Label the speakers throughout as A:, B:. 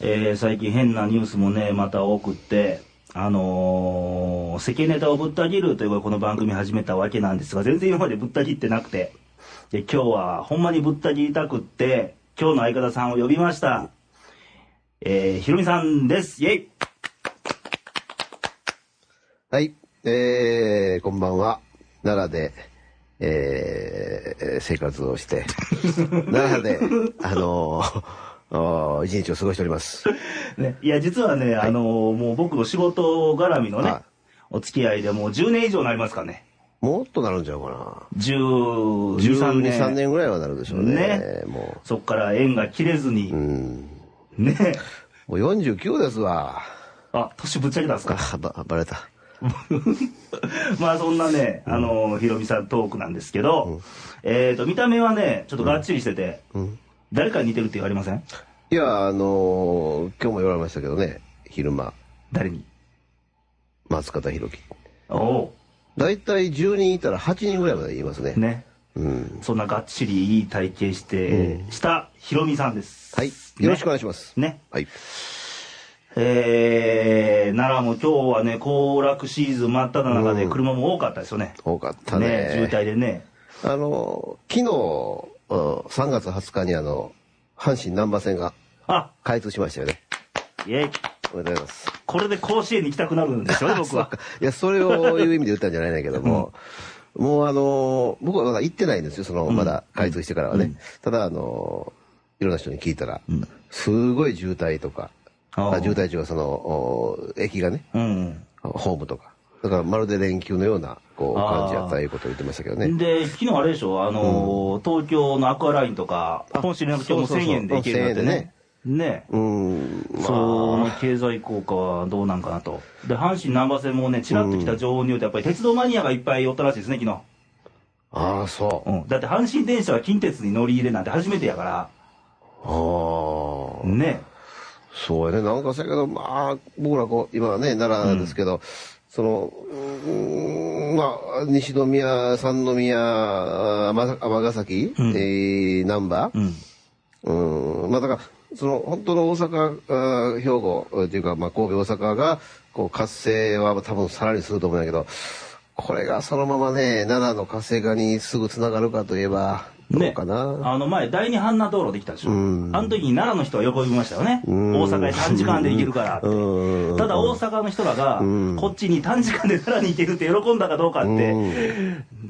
A: えー最近変なニュースもね、また多くって、あのー、世間ネタをぶった切るというこの番組始めたわけなんですが、全然今までぶった切ってなくて、で、今日はほんまにぶった切りたくって、今日の相方さんを呼びました。えー、ひろみさんです。イェイ
B: はい。えー、こんばんは。奈良で、えー、生活 をして、奈良で、あのー あー、一日を過ごしております。
A: ね、いや、実はね、あのーもう僕の仕事絡みのね
B: はい、
A: お付き合いでもう10年以上になりますかね。
B: もっとなるんちゃうか
A: 12、
B: な。
A: 3
B: 12、3
A: 年。
B: 年ぐらいはなるでしょうね。も
A: そっから縁が切れず
B: う。う
A: に、
B: ん。
A: ね。
B: もう49ですわ。
A: あ、年ぶっちゃけたんですか。
B: あ、ば、ばれた。
A: まあそんなね、あのー、ひろみさんトークなんですけど、えっと、見た目はね、ちょっとがっちりしてて、
B: うん。
A: 誰かに似てるって言われません
B: いや、あのー今日も言われましたけどね。昼間、
A: 誰に
B: 松方弘樹。
A: おお
B: だいたい10人いたら8人ぐらいまで言いますね。
A: うね。
B: うん。
A: そんながっちりいい体型して、したひろみさんです。
B: はい。よろしくお願いします。
A: ね。
B: はい。
A: えー、奈良も今日はね、行楽シーズン真っ只中で
B: うん
A: 車も多かったですよね。
B: 多かったね
A: 渋滞でね。
B: あの、昨日、うん3月20日にあの、阪神南波線が
A: あ、
B: 開通しましたよね。
A: いえ、
B: おめでとうございます。
A: これで甲子園に行きたくなるんですよね、僕は
B: そっ。かいや、それをいう意味で言ったんじゃないんだけども、もうあの、僕はまだ行ってないんですよ、その、まだ開通してからはね。ただ、あの、いろんな人に聞いたら、すごい渋滞とか、
A: あー
B: あ渋滞中はその、お駅がね、
A: うん。
B: ホームとか。だからまるで連休のような、こう、
A: あー
B: 感じやったいうことを言ってましたけどね。
A: で、昨日あれでしょ、あのー東京のアクアラインとか、今週の今日も
B: そうそう
A: 1000
B: そう
A: 円で行けるようになってね。ね。
B: うん、まあ
A: その経済効果はどうなんかなと。で、阪神南波線もね、ちらっと来た情報によると、やっぱり鉄道マニアがいっぱいおったらしいですね、昨日。
B: ああ、そう。
A: うん。だって阪神電車は近鉄に乗り入れなんて初めてやか
B: ああ
A: ら、、ね。
B: そうやね。なんかせやけど、まあ、僕らこう、今はね、奈良ですけど、その、うーんまあ、西宮、三宮、尼尼崎、
A: うん
B: えー、難波、
A: うん。
B: うん、まあだから、その、本当の大阪、あー兵庫、えーというか、まあ、神戸、大阪が、こう、活性は多分さらにすると思うんだけど、これがそのままね、奈良の活性化にすぐつながるかといえば、どうかな。
A: あの前、第二阪南道路できたでしょ。あ
B: うん
A: の時に奈良の人は横見ましたよね。大
B: うん
A: 阪へ短時間で行けるからって。
B: うん
A: ただ大阪の人らが、
B: うん
A: こっちに短時間で奈良に行けるって喜んだかどうかって、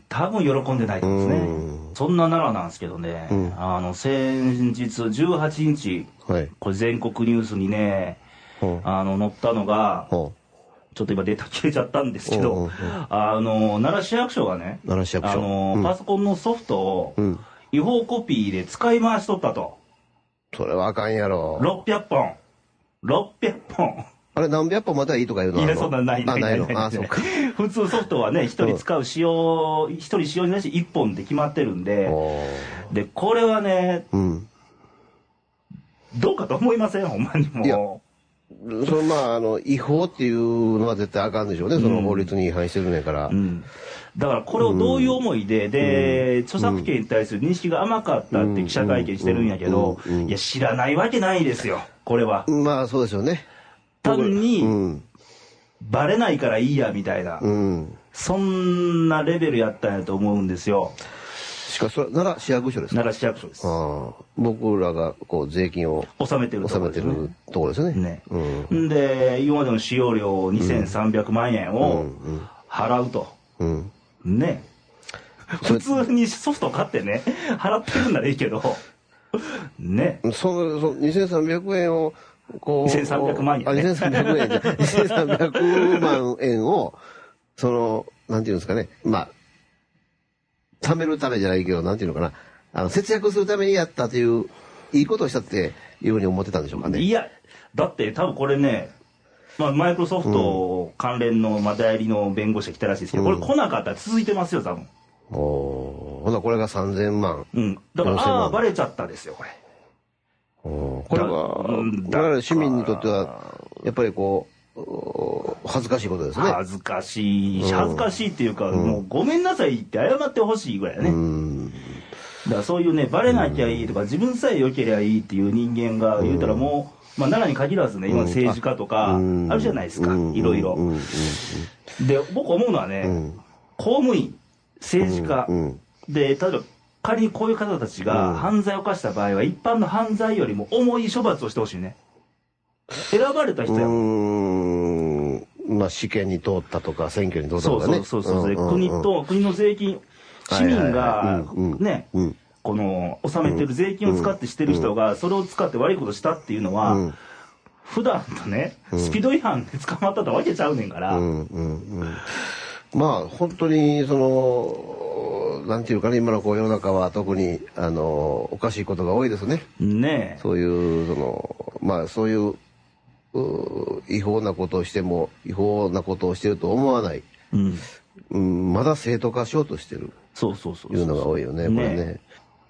A: 多分喜んでないと思うんですね。そんな奈良なんですけどね、
B: うん
A: あの、先日18日、
B: はい。
A: これ全国ニュースにね、
B: ほう
A: あの、載ったのが、
B: ほう
A: ちょっと今データ消えちゃったんですけ
B: うんうん
A: ど
B: うん、
A: あの、奈良市役所がね、
B: 奈良市役所
A: あの、
B: うん
A: パソコンのソフトを
B: うん
A: 違法コピーで使い回しとったと。
B: それはあかんやろ。
A: 600本。600本。
B: あれ何百本またいいとか言うの
A: い
B: あ
A: や、
B: の
A: そんなんない
B: あ、
A: ない
B: な
A: ないい
B: の
A: ない。
B: あ、そうか。
A: 普通ソフトはね、一人使う使用、一人使用に対して一本で決まってるんで、
B: おー
A: で、これはね、
B: うん。
A: どうかと思いませんほんまに
B: いや
A: も
B: そのまあ、あの、違法っていうのは絶対あかんでしょうね。その法律に違反してるねんから
A: う。う。ん。だからこれをどういう思いで、で、著作権に対する認識が甘かったって記者会見してるんやけど
B: うんうんう、ん
A: いや、知らないわけないですよ、これは。
B: まあ、そうですよね。
A: 単
B: う
A: に、
B: ん。
A: バレないからいいや、みたいな
B: う。ん。
A: そんなレベルやったんやと思うんですよ。
B: しかし、それなら市役所ですか
A: 奈良市役所です。
B: ああ。僕らが、こう、税金を
A: 納めてるとこ
B: 納
A: ろ
B: め
A: で
B: て
A: すね
B: るところですよね。
A: ね
B: うん。
A: で、今までの使用料2300万円を払うと。
B: うん。
A: ね。 普通にソフト買ってね、払ってるんならいいけど、ね。
B: その、その2300円を、こう。
A: 2300万円ね
B: あ、2300円じゃ。2300万円を、その、なんていうんですかね。まあ、貯めるためじゃないけど、なんていうのかな。あの、節約するためにやったという、いいことをしたっていうふうに思ってたんでしょうかね。
A: いや、だって多分これね、まあ、マイクロソフト関連の、まあ、代理の弁護士が来たらしいですけど、これ来なかったら続いてますよ、多分。
B: おーほな、これが3000万。
A: うん。だから、
B: 4000万
A: ああー、バレちゃったですよ、これ。
B: おーこれは、
A: うんだ
B: 我々市民にとっては、やっぱりこう、おー恥ずかしいことですね。
A: 恥ずかしいし、
B: うん
A: 恥ずかしいっていうか、もうごめんなさいって謝ってほしいぐらいだね。
B: うん。
A: だからそういうね、バレなきゃいいとか、自分さえ良ければいいっていう人間が言うたらもう、まあ、奈良に限らずね、今政治家とか
B: うん
A: あるじゃないですか
B: う、ん
A: いろいろ
B: う。んうん
A: で、僕思うのはね、
B: ん
A: 公務員、政治家、
B: うん
A: で、例えば仮にこういう方たち
B: うん
A: が犯罪を犯した場合は、一般の犯罪よりも重い処罰をしてほしいね。選ばれた人やもん
B: うんうーんまあ試験に通ったとか選挙に通った
A: そ
B: と
A: う
B: か
A: そ
B: ね
A: うそうそう、で
B: んんん
A: 国と国の税金、市民
B: はいはい
A: が
B: はいうんうん
A: ね、
B: うん
A: この納めてる税金を使ってしてる人が、それを使って悪いことしたっていうの
B: う
A: は
B: ん、
A: 普段とね、スピード違反で捕まったとわけちゃうねんから、
B: うんうんうんまあ本当にそのなんていうかね今のこう世の中は特にあのおかしいことが多いですね
A: ねえ、
B: そういうそのまあそういううー違法なことをしても違法なことをしてると思わない、
A: うん、
B: うん、まだ正当化しようとしてる
A: そうそうそう
B: い
A: そう
B: のが多いよねこれね
A: ね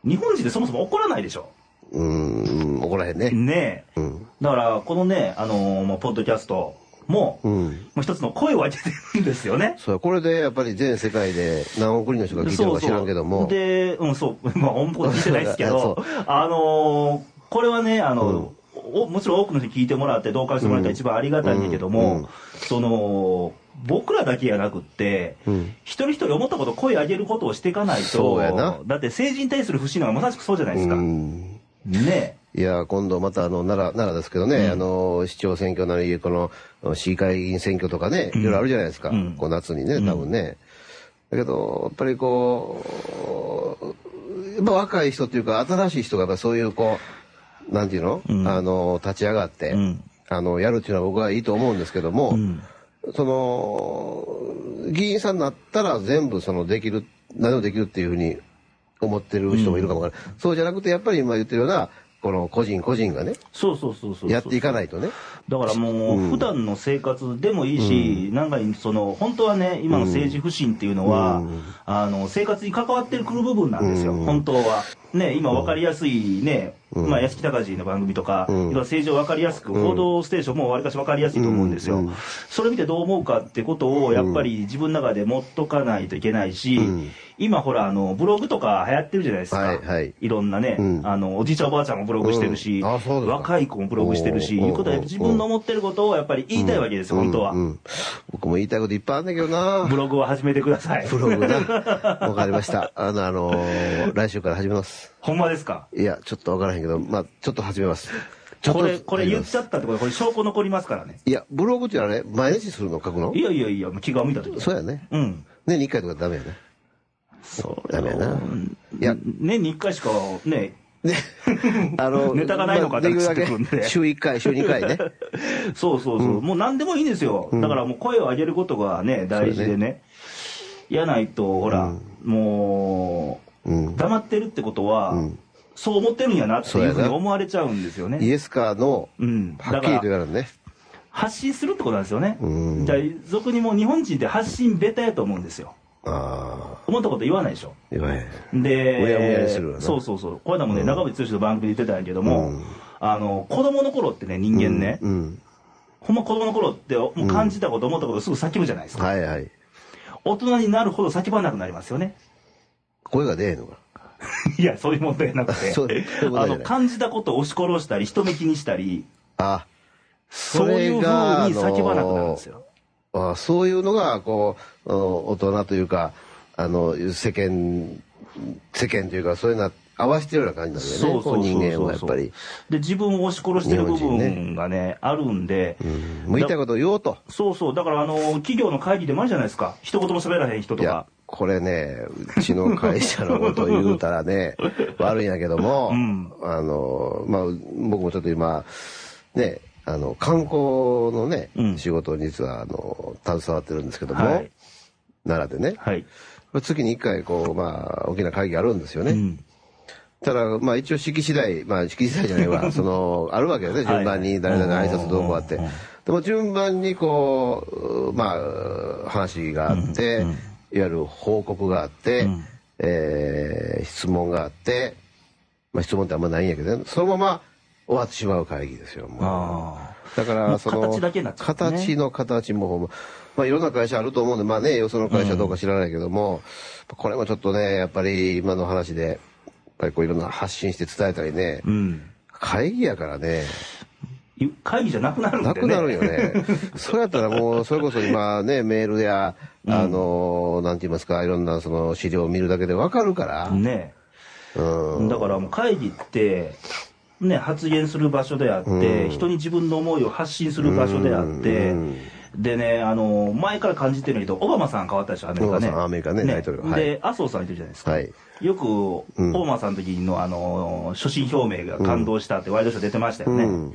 A: 日本人ってそもそも怒らないでしょ。
B: うん怒らへんね
A: ねえ。
B: うん
A: だから、このね、あのーまあポッドキャストも、
B: う
A: も
B: ん
A: う一つの声を上げてるんですよね。
B: そうやこれでやっぱり全世界で何億人の人が聞いてるのか知らんけど
A: そ
B: も
A: うそうで、うん、そう、 まあ、音符は聞いてないですけど
B: そ、
A: あのーこれはね、あの、おもちろん多くの人に聞いてもらって同感してもらったら一番ありがたいんだけども、
B: うんうん
A: その僕らだけじゃなくって、
B: うん
A: 一人一人思ったこと声上げることをしていかないと
B: そうやな
A: だって政治に対する不信なんかまさしくそうじゃないですか、
B: うん
A: ね
B: いや、今度またあの、奈良、奈良ですけどね、
A: うん
B: あの、市長選挙なり、この、市議会議員選挙とかね、いろいろあるじゃないですか。
A: うん
B: こう夏にね、多分ね。だけど、やっぱりこう、やっぱ若い人っていうか、新しい人がやっぱそういうこう、なんていうの、
A: うん
B: あの、立ち上がって、
A: うん
B: あの、やるっていうのは僕はいいと思うんですけども、
A: うん
B: その、議員さんになったら全部そのできる、何でもできるっていうふうに思ってる人もいるかもわからない。そうじゃなくて、やっぱり今言ってるような、この個人個人がね、
A: そうそうそうそう
B: やっていかないとね。
A: だからもう、普段の生活でもいいし、なんかその、本当はね、今の政治不信っていうのは、あの生活に関わってくる部分なんですよ、本当は。ね、今分かりやすいね、まあ、安木隆の番組とか、いろいろ政治を分かりやすく、報道ステーションもわりかし分かりやすいと思うんですよ、それ見てどう思うかってことを、やっぱり自分の中で持っとかないといけないし、今、ほらあの、ブログとか流行ってるじゃないですか、
B: はい
A: い
B: はい
A: ろんなね、
B: うん
A: あの、おじいちゃん、おばあちゃんもブログしてるし、
B: うんあそうですか
A: 若い子もブログしてるし、
B: おー
A: いうことはやっぱ自分の思ってることをやっぱり言いたいわけですよ、本当は。
B: うんうん僕も言いたいこといっぱいあるんだけ どな
A: ブログを始めてください。
B: ブログな。わかりました。あの、あのー来週から始めます。
A: ほんまですか
B: いや、ちょっとわからへんけど、まあ、ちょっと始めます。ちょっと
A: これ、これ言っちゃ
B: 始めま
A: ったってことこれ証拠残りますからね。
B: すいや、ブログってあれ、毎日するの書くの
A: いやいやいや、気が向いた時
B: そうやね。
A: うん。
B: 年に1回とかダメやね。
A: そう
B: ダメやな。いや、
A: 年に1回しか、ね、
B: ね、あの、
A: ネタがないのかって
B: まあでき
A: 話して
B: るだ
A: くるん
B: け
A: で
B: 週1回、週2回ね。
A: そうそうそう、もう何でもいいんですよ。だからもう声を上げることがね、大事でね。やないと、ほら、も
B: う
A: う、
B: ん。
A: 黙ってるってことは、そう思ってるんやなっていうふうに思われちゃうんですよね。
B: イエスかの、
A: うん
B: はっきりと言われるね。
A: 発信するってことなんですよね
B: う。ん
A: じゃあ、俗にもう日本人って発信ベタやと思うんですよ。
B: あ
A: 思ったこと言わないでしょ。
B: あ、弱い。
A: で、
B: うやむやにするわな
A: そうそうそう。これだもんね、長渕剛の番組で言ってたんやけども、あの、子供の頃ってね、人間ね、
B: うん。
A: ほんま子供の頃って、もう感じたこと、思ったことすぐ叫ぶじゃないですか。
B: はいはい。
A: 大人になるほど叫ばなくなりますよね。
B: 声が出えへんのか。
A: いや、そういう問題じゃなくて。
B: そうそういう問題
A: あ
B: じゃ
A: の、
B: ない
A: 感じたことを押し殺したり、人目気にしたり、
B: あ
A: そういうふうに
B: が
A: 叫ばなくなるんですよ。
B: ああそういうのが、こう、あの大人というか、あの、世間、世間というか、そういうのは合わせてるような感じなんだよね。
A: そうそうそうそう
B: こ人間はやっぱり。
A: で、自分を押し殺してる部
B: 日本
A: 分がね、あるんで、
B: うん。向いたいことを言おうと。
A: そうそう、だからあの企業の会議でもあるじゃないですか、一言も喋らへん人
B: い
A: と
B: や
A: か、、
B: これね、うちの会社のことを言うた らね、悪いんやけども、
A: ん
B: あの、まあ、僕もちょっと今、ね、あの、観光のね、
A: うん
B: 仕事に実は、あの、携わってるんですけども、
A: はい
B: 奈良でね、
A: はい、
B: 月に1回、こう、まあ、大きな会議あるんですよね。
A: うん
B: ただ、まあ、一応、式次第、まあ、式次第じゃな いわ、その、あるわけですね、順番
A: は
B: に、
A: い
B: 誰々の挨拶どうこうあって
A: うんうんうん。
B: でも、順番に、こう、まあ、話があって、いわゆる報告があって
A: ん、
B: えー質問があって、まあ、質問ってあんまないんやけどね、そのまま終わってしまう会議ですよ、もう
A: あ
B: だか
A: もう
B: らその
A: 形だけになっちゃうんですね
B: 形の形もほんま、まあ、いろんな会社あると思うんでまあねよその会社どうか知らないけども、これもちょっとねやっぱり今の話でやっぱりこういろんな発信して伝えたりね、
A: ーうん、
B: 会議やからね
A: い会議じゃなくなるんで、
B: な
A: ね、
B: くなるよね。そうやったらもう、それこそ今ね、メールや、あの、なんて言いますか、いろんなその資料を見るだけでわかるから。
A: ね
B: うん。
A: だからもう会議って、ね、発言する場所であって、
B: うん
A: 人に自分の思いを発信する場所であって、
B: うん
A: でね、あの前から感じてるんやけど、オバマさん変わったでしょ、アメリカね。
B: オバマさんアメリカね大統領はい
A: で、麻生さんいるじゃないですか。
B: はい。
A: よく、オバマさんの時の、あの所信表明が感動したって、ワイドショー出てましたよね。
B: うん。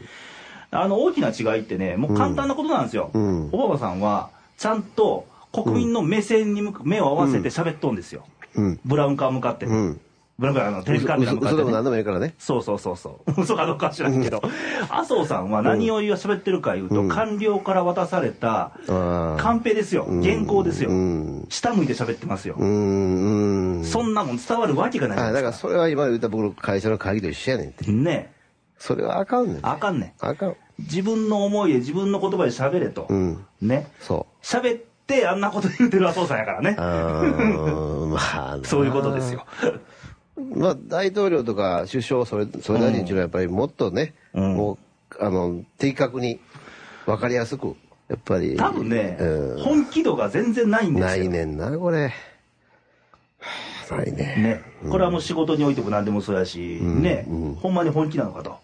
A: あの大きな違いってね、もう簡単なことなんですよ、
B: うん
A: オバマさんはちゃんと国民の目線に向く目を合わせて喋っとんですよ、
B: うん。
A: ブラウン管向かって、
B: うん。
A: ブラウン管あのテレビカメラ
B: 嘘
A: 向かっ
B: 嘘
A: て、ね
B: でも何でもいいからね。
A: そうそうそうそう、嘘かどうかは知らんけど、麻生さんは何を言わ喋ってるかいうと、官僚から渡された
B: ああ。
A: カンペですよ、原稿ですよ
B: う、ん。
A: 下向いて喋ってますよ
B: う、ん。うん。
A: そんなもん伝わるわけがないじ
B: あ
A: ゃな
B: だ
A: い
B: か
A: で
B: ら
A: す
B: それは今言った僕の会社の会議と一緒やねんって。
A: か。ね
B: それはあかんねん。
A: あかんねん。
B: あかん。
A: 自分の思いで自分の言葉で喋れと。
B: うん。
A: ね。
B: そ
A: 喋ってあんなこと言うてる麻生さんやからね
B: う。。あ ーまあな
A: そういうことですよ。。
B: まあ、大統領とか首相、それ、それなりにちはやっぱりもっとね、
A: うん
B: もう、あの、的確に、わかりやすく、やっぱり。
A: 多分ね、
B: うん
A: 本気度が全然ないんですよ。
B: ないねんな、これ。はあないね。
A: ね、これはもう仕事においても何でもそうやし、ね、ほんまに本気なのかと、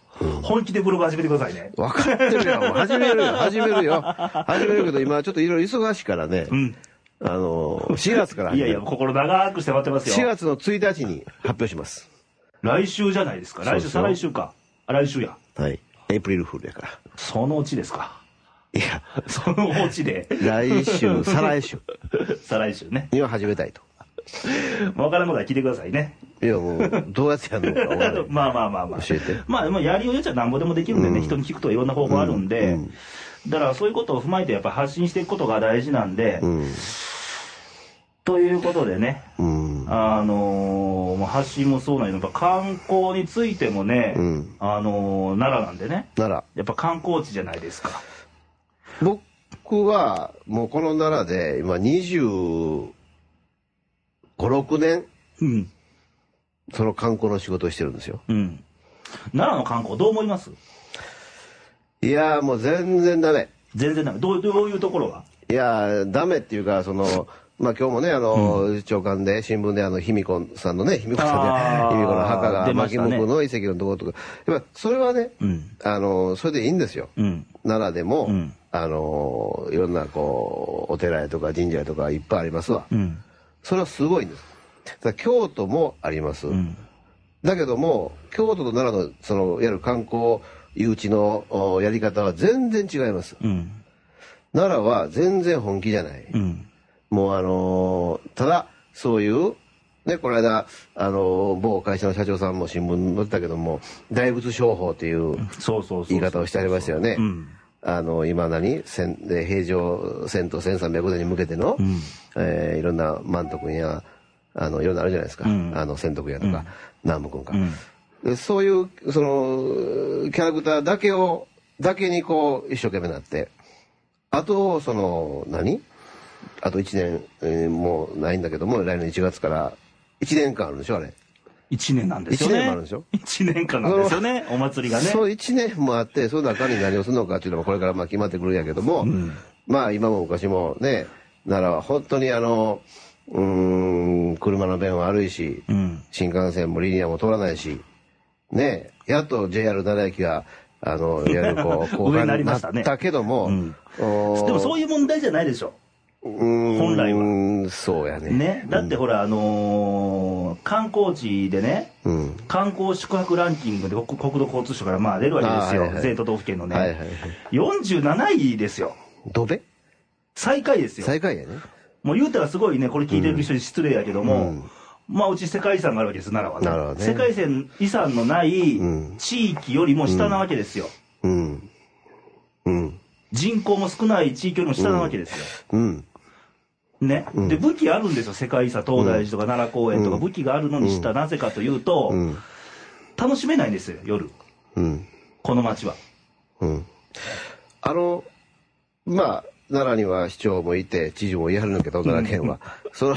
A: 本気でブログ始めてくださいね。
B: 分かってるよ。もう始めるよ。始めるよ。始めるけど、今ちょっといろいろ忙しいからね。
A: うん。
B: あの、4月から
A: い
B: 始
A: や
B: め
A: い
B: る
A: や、心長くして待ってます
B: 4
A: よ。
B: 月の1日に発表します。
A: 来週じゃないですか。来週、
B: そ
A: 再
B: うです
A: 来週
B: よ
A: か。あ来週や。
B: はい。エイプリルフールやか
A: そのうちですか。
B: ら。いや、
A: そのうちで、
B: 来週、再来週
A: 再来週ね。
B: には始めたいと。
A: わからんことは聞いてくださいね。
B: いや、もう、どうやってやるのか分からない。
A: まあまあまあまあ。
B: 教えて
A: まあ、まあ、やりようじゃなんぼでもできるんでね、人に聞くといろんな方法あるんで、だからそういうことを踏まえてやっぱ発信していくことが大事なんで、
B: うん。
A: ということでね、
B: うん。
A: あのーもう発信もそうなんやけどやっぱ観光についてもね、
B: うん
A: あのー奈良なんでね、
B: なら、
A: やっぱ観光地じゃないですか。
B: 僕は、もうこの奈良で、今、25、6年、
A: うん。
B: その観光の仕事をしてるんですよ。
A: うん。奈良の観光どう思います
B: いやー、もう全然ダメ。
A: 全然ダメ。どうどういうところが
B: いやー、ダメっていうか、その、まあ今日もね、あの、長官で、新聞で、あの、卑弥呼さんのね、卑弥呼さ
A: あー
B: んで、卑弥呼の墓が、
A: 出まし
B: 牧
A: たね
B: 目の遺跡のところとか、やっぱ、それはね、
A: うん。
B: あの、それでいいんですよ。
A: うん。
B: 奈良でも、
A: うん
B: あの、いろんな、こう、お寺やとか神社やとかいっぱいありますわ。
A: うん。
B: それはすごいんです。だから京都もあります。
A: うん。
B: だけども、京都と奈良の、その、やる観光誘致のおやり方は全然違います。
A: うん。
B: 奈良は全然本気じゃない。
A: うん。
B: もうあのーただ、そういう、ね、この間、あのー某会社の社長さんも新聞に載ってたけども、大仏商法という
A: そうそうそう。
B: 言い方をしてありましたよね。
A: うん。
B: あの、今何千で平常1000と1300年に向けての、
A: ん
B: えーいろんな満徳院や、あの、いろんなあるじゃないですか。
A: うん
B: あの、千徳院やとか、南無君か、
A: うん
B: でそういう、その、キャラクターだけを、だけにこう、一生懸命なって、あと、その、何あと1年、えーもうないんだけども、来年1月から、1年間あるんでしょ、あれ。
A: 一年なんですよね。
B: 一年もあるんでしょ
A: 一年間なんですよね、お祭りがね。
B: そう1年もあってその中に何をするのかっていうのもこれからまあ決まってくるんやけども、まあ今も昔もね奈良は本当にあのうーん車の便は悪いし、
A: うん。
B: 新幹線もリニアも通らないしねやっと JR 奈良駅があのやる こう
A: 上
B: 後半
A: になり
B: にな
A: ま
B: っ
A: したね
B: たけども、
A: ん
B: おー
A: でもそういう問題じゃないでしょ。
B: うーん
A: 本来
B: そうやね
A: ね、だってほら、あのー観光地でね、
B: うん
A: 観光宿泊ランキングで国国土交通省からまあ出るわけですよ、
B: あーはいはい
A: 全都道府県のね、
B: はいはいはい
A: 47位ですよ、
B: ドベ
A: 最下位ですよ、
B: 最下位やね
A: もう言うたらすごいね、これ聞いてる人に失礼やけども、
B: うん
A: まあ、うち世界遺産があるわけです、奈良はね、
B: なるほどね
A: 世界遺産遺産のない
B: うん
A: 地域よりも下なわけですよ、
B: うんうん
A: 人口も少ない地域よりも下なわけですよ。
B: うん
A: ね、で武器あるんですよ、世界遺産、東大寺とか奈良公園とか、武器があるのにした、なぜかというと、
B: うん
A: 楽しめないんですよ、夜、
B: うん
A: この街は。
B: うん、あのまあ奈良には市長もいて知事もいはるんだけど奈良県はその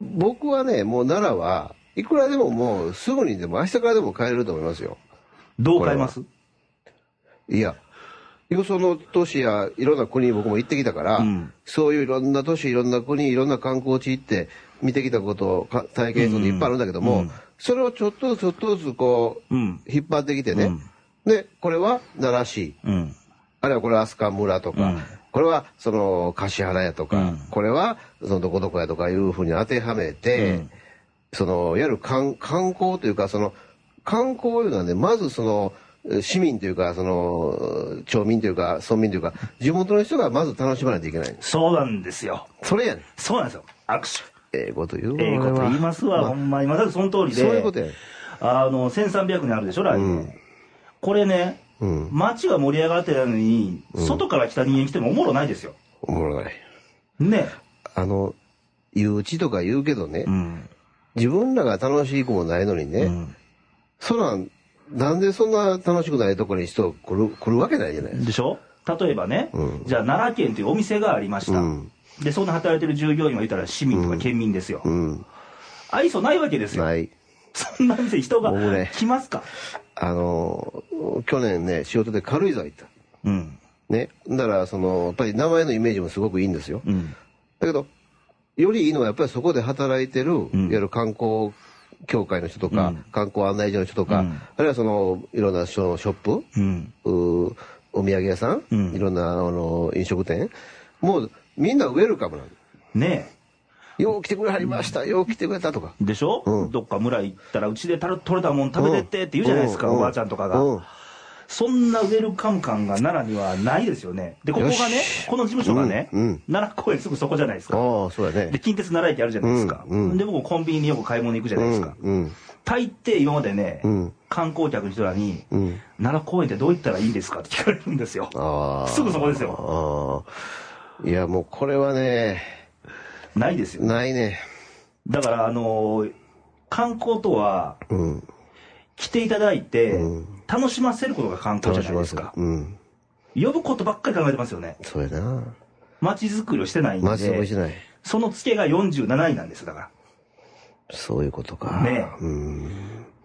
B: 僕はねもう奈良はいくらでももうすぐにでも明日からでも帰れると思いますよ
A: どう変えます
B: いや、よその都市やいろんな国に僕も行ってきたから、
A: うん
B: そういういろんな都市、いろんな国、いろんな観光地行って見てきたことをか体験したこといっぱいあるんだけども、それをちょっとずつちょっとずつこう、
A: うん
B: 引っ張ってきてね、で、これは奈良市、
A: うん
B: あるいはこれは飛鳥村とか、
A: うん
B: これはその橿原やとか、
A: うん
B: これはそのどこどこやとかいうふうに当てはめて、そのいわゆる観観光というかその観光というのはねまずそのえ市民というかその町民というか村民というか地元の人がまず楽しまないといけない
A: そうなんですよ
B: それやねん
A: そうなんですよ握手
B: ええこと言うわ
A: ええこと言いますわ、
B: まあ
A: ほんまにまさにその通りで
B: そういうことや
A: あの1300年あるでしょ来年、これね、
B: うん
A: 街は盛り上がってたのに、外から来た人間来てもおもろないですよ
B: おもろない
A: ね
B: あの誘致とか言うけどね、
A: うん
B: 自分らが楽しくもないのにね、
A: うん
B: そら、なんでそんな楽しくないところに人来る来るわけないじゃないですか。
A: でしょ例えばね、
B: うん
A: じゃあ奈良県というお店がありました、
B: うん
A: でそんな働いてる従業員がいたら市民とか県民ですよ、
B: うん。
A: 愛想ないわけですよ、
B: ない。
A: そんな店人が
B: 僕ね
A: 来ますか、
B: あの、去年ね、仕事で軽井沢行った。
A: うん
B: ね。だから、その、やっぱり名前のイメージもすごくいいんですよ。
A: うん
B: だけど、よりいいのはやっぱりそこで働いてる、
A: ん
B: いわゆる観光協会の人とか、
A: うん
B: 観光案内所の人とか、
A: うん
B: あるいはその、いろんなそのショップ、
A: うん
B: うーお土産屋さん、
A: うん
B: いろんなあの飲食店、もうみんなウェルカムなの。
A: ね
B: よう来てくれはりました、よう来てくれたとか。
A: えでしょ、
B: うん
A: どっか村行ったらうちでたる取れたもん食べてってって言うじゃないですか、
B: うん
A: おばあちゃんとかが、
B: うん
A: そんなウェルカム感が奈良にはないですよねでここがね
B: よし
A: この事務所がね、
B: うんうん
A: 奈良公園すぐそこじゃないですか
B: ああ、そうだ
A: で
B: ね。
A: 近鉄奈良駅あるじゃないですか、
B: うんうん
A: で僕コンビニによく買い物行くじゃないですか、
B: うん。
A: 大抵今までね、
B: うん
A: 観光客の人らに、
B: うん。
A: 奈良公園ってどう行ったらいいですかって聞かれるんですよ
B: ああ。
A: すぐそこですよ
B: ああ。いや、もうこれはね、
A: ないですよ
B: ないね。
A: だからあのー観光とは
B: うん。
A: 来ていただいて、
B: うん
A: 楽しませることが観光じゃ
B: 楽し
A: ない
B: ま
A: ですすか
B: うん。
A: 呼ぶことばっかり考えてますよね
B: そうやな。
A: 街づくりをしてないん
B: マジで美味し
A: で
B: ない。
A: そのツケが47位なんですよだか
B: そういうことか。
A: ね
B: うん。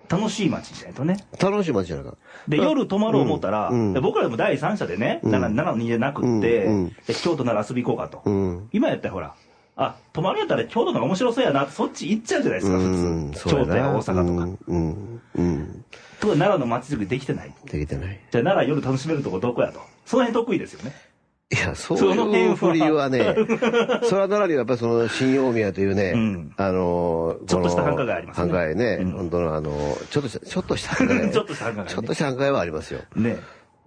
A: ら楽しい街にしないとね
B: 楽しい街じゃなか。
A: で夜泊まろう思ったら、
B: うんうん
A: 僕らでも第三者でね、
B: ん
A: 奈良奈良にじゃなくって、
B: うんうん
A: で京都なら遊び行こうかと、
B: うん。
A: 今やったらほらあ泊まるんやったら京都の方が面白そうやなってそっち行っちゃうじゃないですか、
B: うん。
A: 普通
B: そう
A: 京
B: や
A: 都や
B: な。
A: 大阪とか、
B: うん。うん。うん
A: ところで奈良の街づくりできてない
B: できてない。
A: じゃあ奈良夜楽しめるとこどこやとその辺得意ですよね
B: いや、そう
A: その
B: い
A: 辺
B: う
A: は
B: ふりはね、それはならにはやっぱりその新大宮というね、
A: うん
B: あの、
A: ちょっとした
B: この
A: 繁華街ありますね
B: 繁華街ね、
A: うん
B: 本当のあの、ちょっとした、ちょっとした繁華街。
A: ちょっとした繁華街ね
B: ちょっとした繁華街はありますよ。
A: ね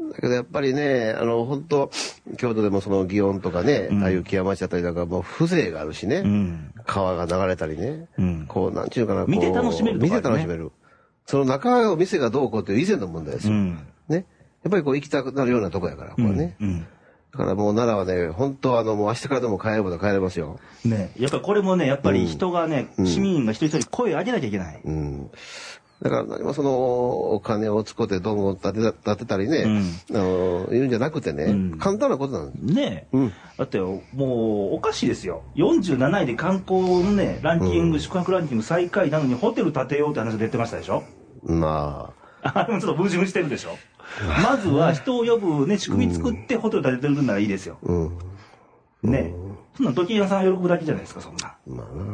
B: だけどやっぱりね、あの、本当京都でもその祇園とかね、ああいう木屋町だったりなんかもう風情があるしね、
A: うん
B: 川が流れたりね、
A: うん
B: こう、なんちゅうかな、こう
A: 見て楽しめるとこある
B: 見
A: ね
B: て楽しめる。その中の店がどうこうという以前の問題です
A: う
B: よ。
A: ん
B: ね。やっぱりこう行きたくなるようなとこやから、これね。
A: うん
B: だからもう奈良はね、本当はあの、もう明日からでも帰れば帰れますよ。
A: ねやっぱりこれもねやっぱり人がね、市民が一人一人声を上げなきゃいけない、
B: うん。だから何もその、お金を使ってどんどん建てた建てたりね、あの、言うんじゃなくてね、
A: ん
B: 簡単なことなんです。
A: ねえ、
B: うん
A: だってもうおかしいですよ47位で観光のねランキング、宿泊ランキング最下位なのにホテル建てようって話が出てましたでしょ
B: ま
A: あれもちょっと矛盾してるでしょまずは人を呼ぶね仕組み作ってホテル建ててるんならいいですよ
B: あ、うん。
A: ねえそんなん時計さんが喜ぶだけじゃないですかそんな
B: まあな。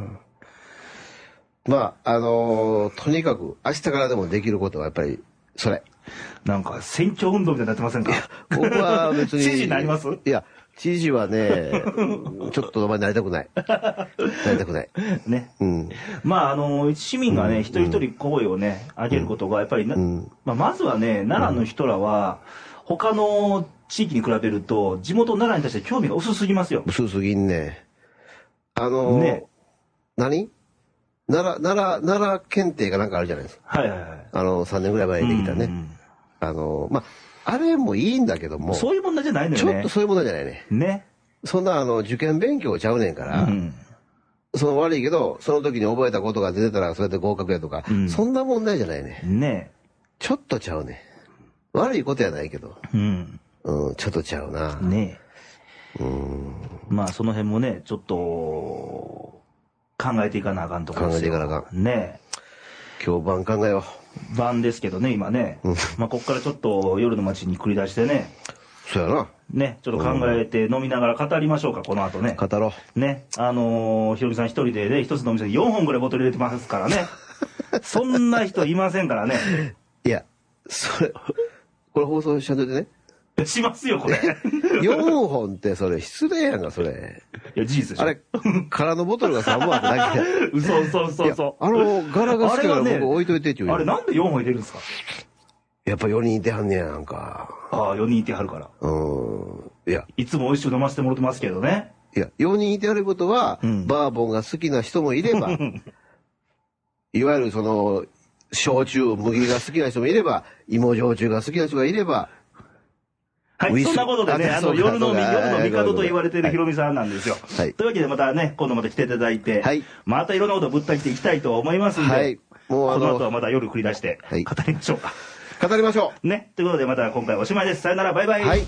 B: まあ、あのとにかく明日からでもできることはやっぱり、それ。
A: なんか選挙運動みたいになってませんか
B: 僕は 別に。
A: 知事になります
B: いや、知事は ね、ちょっとお前なりたくない。なりたくない。
A: ね
B: うん。
A: まああの市民がね、一人一人声をね上げることがやっぱりな、
B: うん
A: まあ、まずはね奈良の人らは他の地域に比べると地元奈良に対して興味が薄すぎますよ。
B: 薄すぎんね。あのー
A: ね
B: 何奈良、奈良、奈良検定かなんかあるじゃないですか。
A: はいはいはい。
B: あの、3年ぐらい前にできたね。
A: うん
B: あのーまあ、あれもいいんだけども、
A: そういう問題じゃないの
B: ち
A: よ
B: ょっ
A: ね
B: と。そういうものじゃないね。
A: ね。
B: そんな、あの、受験勉強ちゃうねんか
A: う
B: ら、
A: ん
B: その悪いけど、その時に覚えたことが出てたら、それで合格やとか、
A: うん
B: そんな問題じゃないね。
A: ね。
B: ちょっとちゃうね。悪いことやないけど、
A: うん。
B: うん、ちょっとちゃうな。
A: ね。まあその辺もねちょっと考えていかなあかんところ
B: 考
A: で
B: え
A: す
B: てい
A: よ。
B: かなあか
A: ね。
B: 今日晩考えよ
A: 晩ですけどね、今ね。まあ、こっからちょっと夜の街に繰り出してね、
B: う。そうやな。
A: ね、ちょっと考えて飲みながら語りましょうか、この後ね。
B: 語ろう。
A: ね、あのーひろみさん一人でね、一つのお店に4本ぐらいボトル入れてますから ね。そんな人いませんからね。
B: いや、それ、これ放送しちゃんと いてね。
A: しますよ、こ れ。
B: 4本ってそれ失礼やんか、それ。
A: いや、事実でしょ。
B: あれ、空のボトルが3本あっただけ で。
A: 嘘嘘嘘
B: いや
A: 嘘。
B: あの柄が好きだから
A: あれはね
B: 僕置いといてって言うよ
A: あれなんで4本入れるんですか
B: やっぱ4人いてはんねや、なんか。
A: ああ、4人いてはるから。
B: うん。いや、
A: いつも美味しく飲ませてもらってますけどね。
B: いや、4人いてはることは、
A: うん
B: バーボンが好きな人もいれば、 いわゆるその、焼酎、麦が好きな人もいれば、芋焼酎が好きな人がいれば、
A: は
B: ウィ
A: い、
B: ス
A: そんなことでね、
B: あ
A: あ
B: そう
A: の、
B: か
A: 夜の
B: そう
A: み、
B: か
A: 夜の帝と言われている
B: はい
A: ヒロミさんなんですよ。
B: はい
A: というわけで、またね、今度また来ていただいて、
B: はい
A: またいろんなことをぶった切っていきたいと思いますんで、
B: はいもうあ
A: こ
B: の
A: の後はまた夜繰り出して、
B: は
A: 語
B: い
A: りましょうか。
B: 語りましょ
A: ね、ということで、また今回おしまいです。さよなら、バイバ
B: う。
A: イ。
B: はい。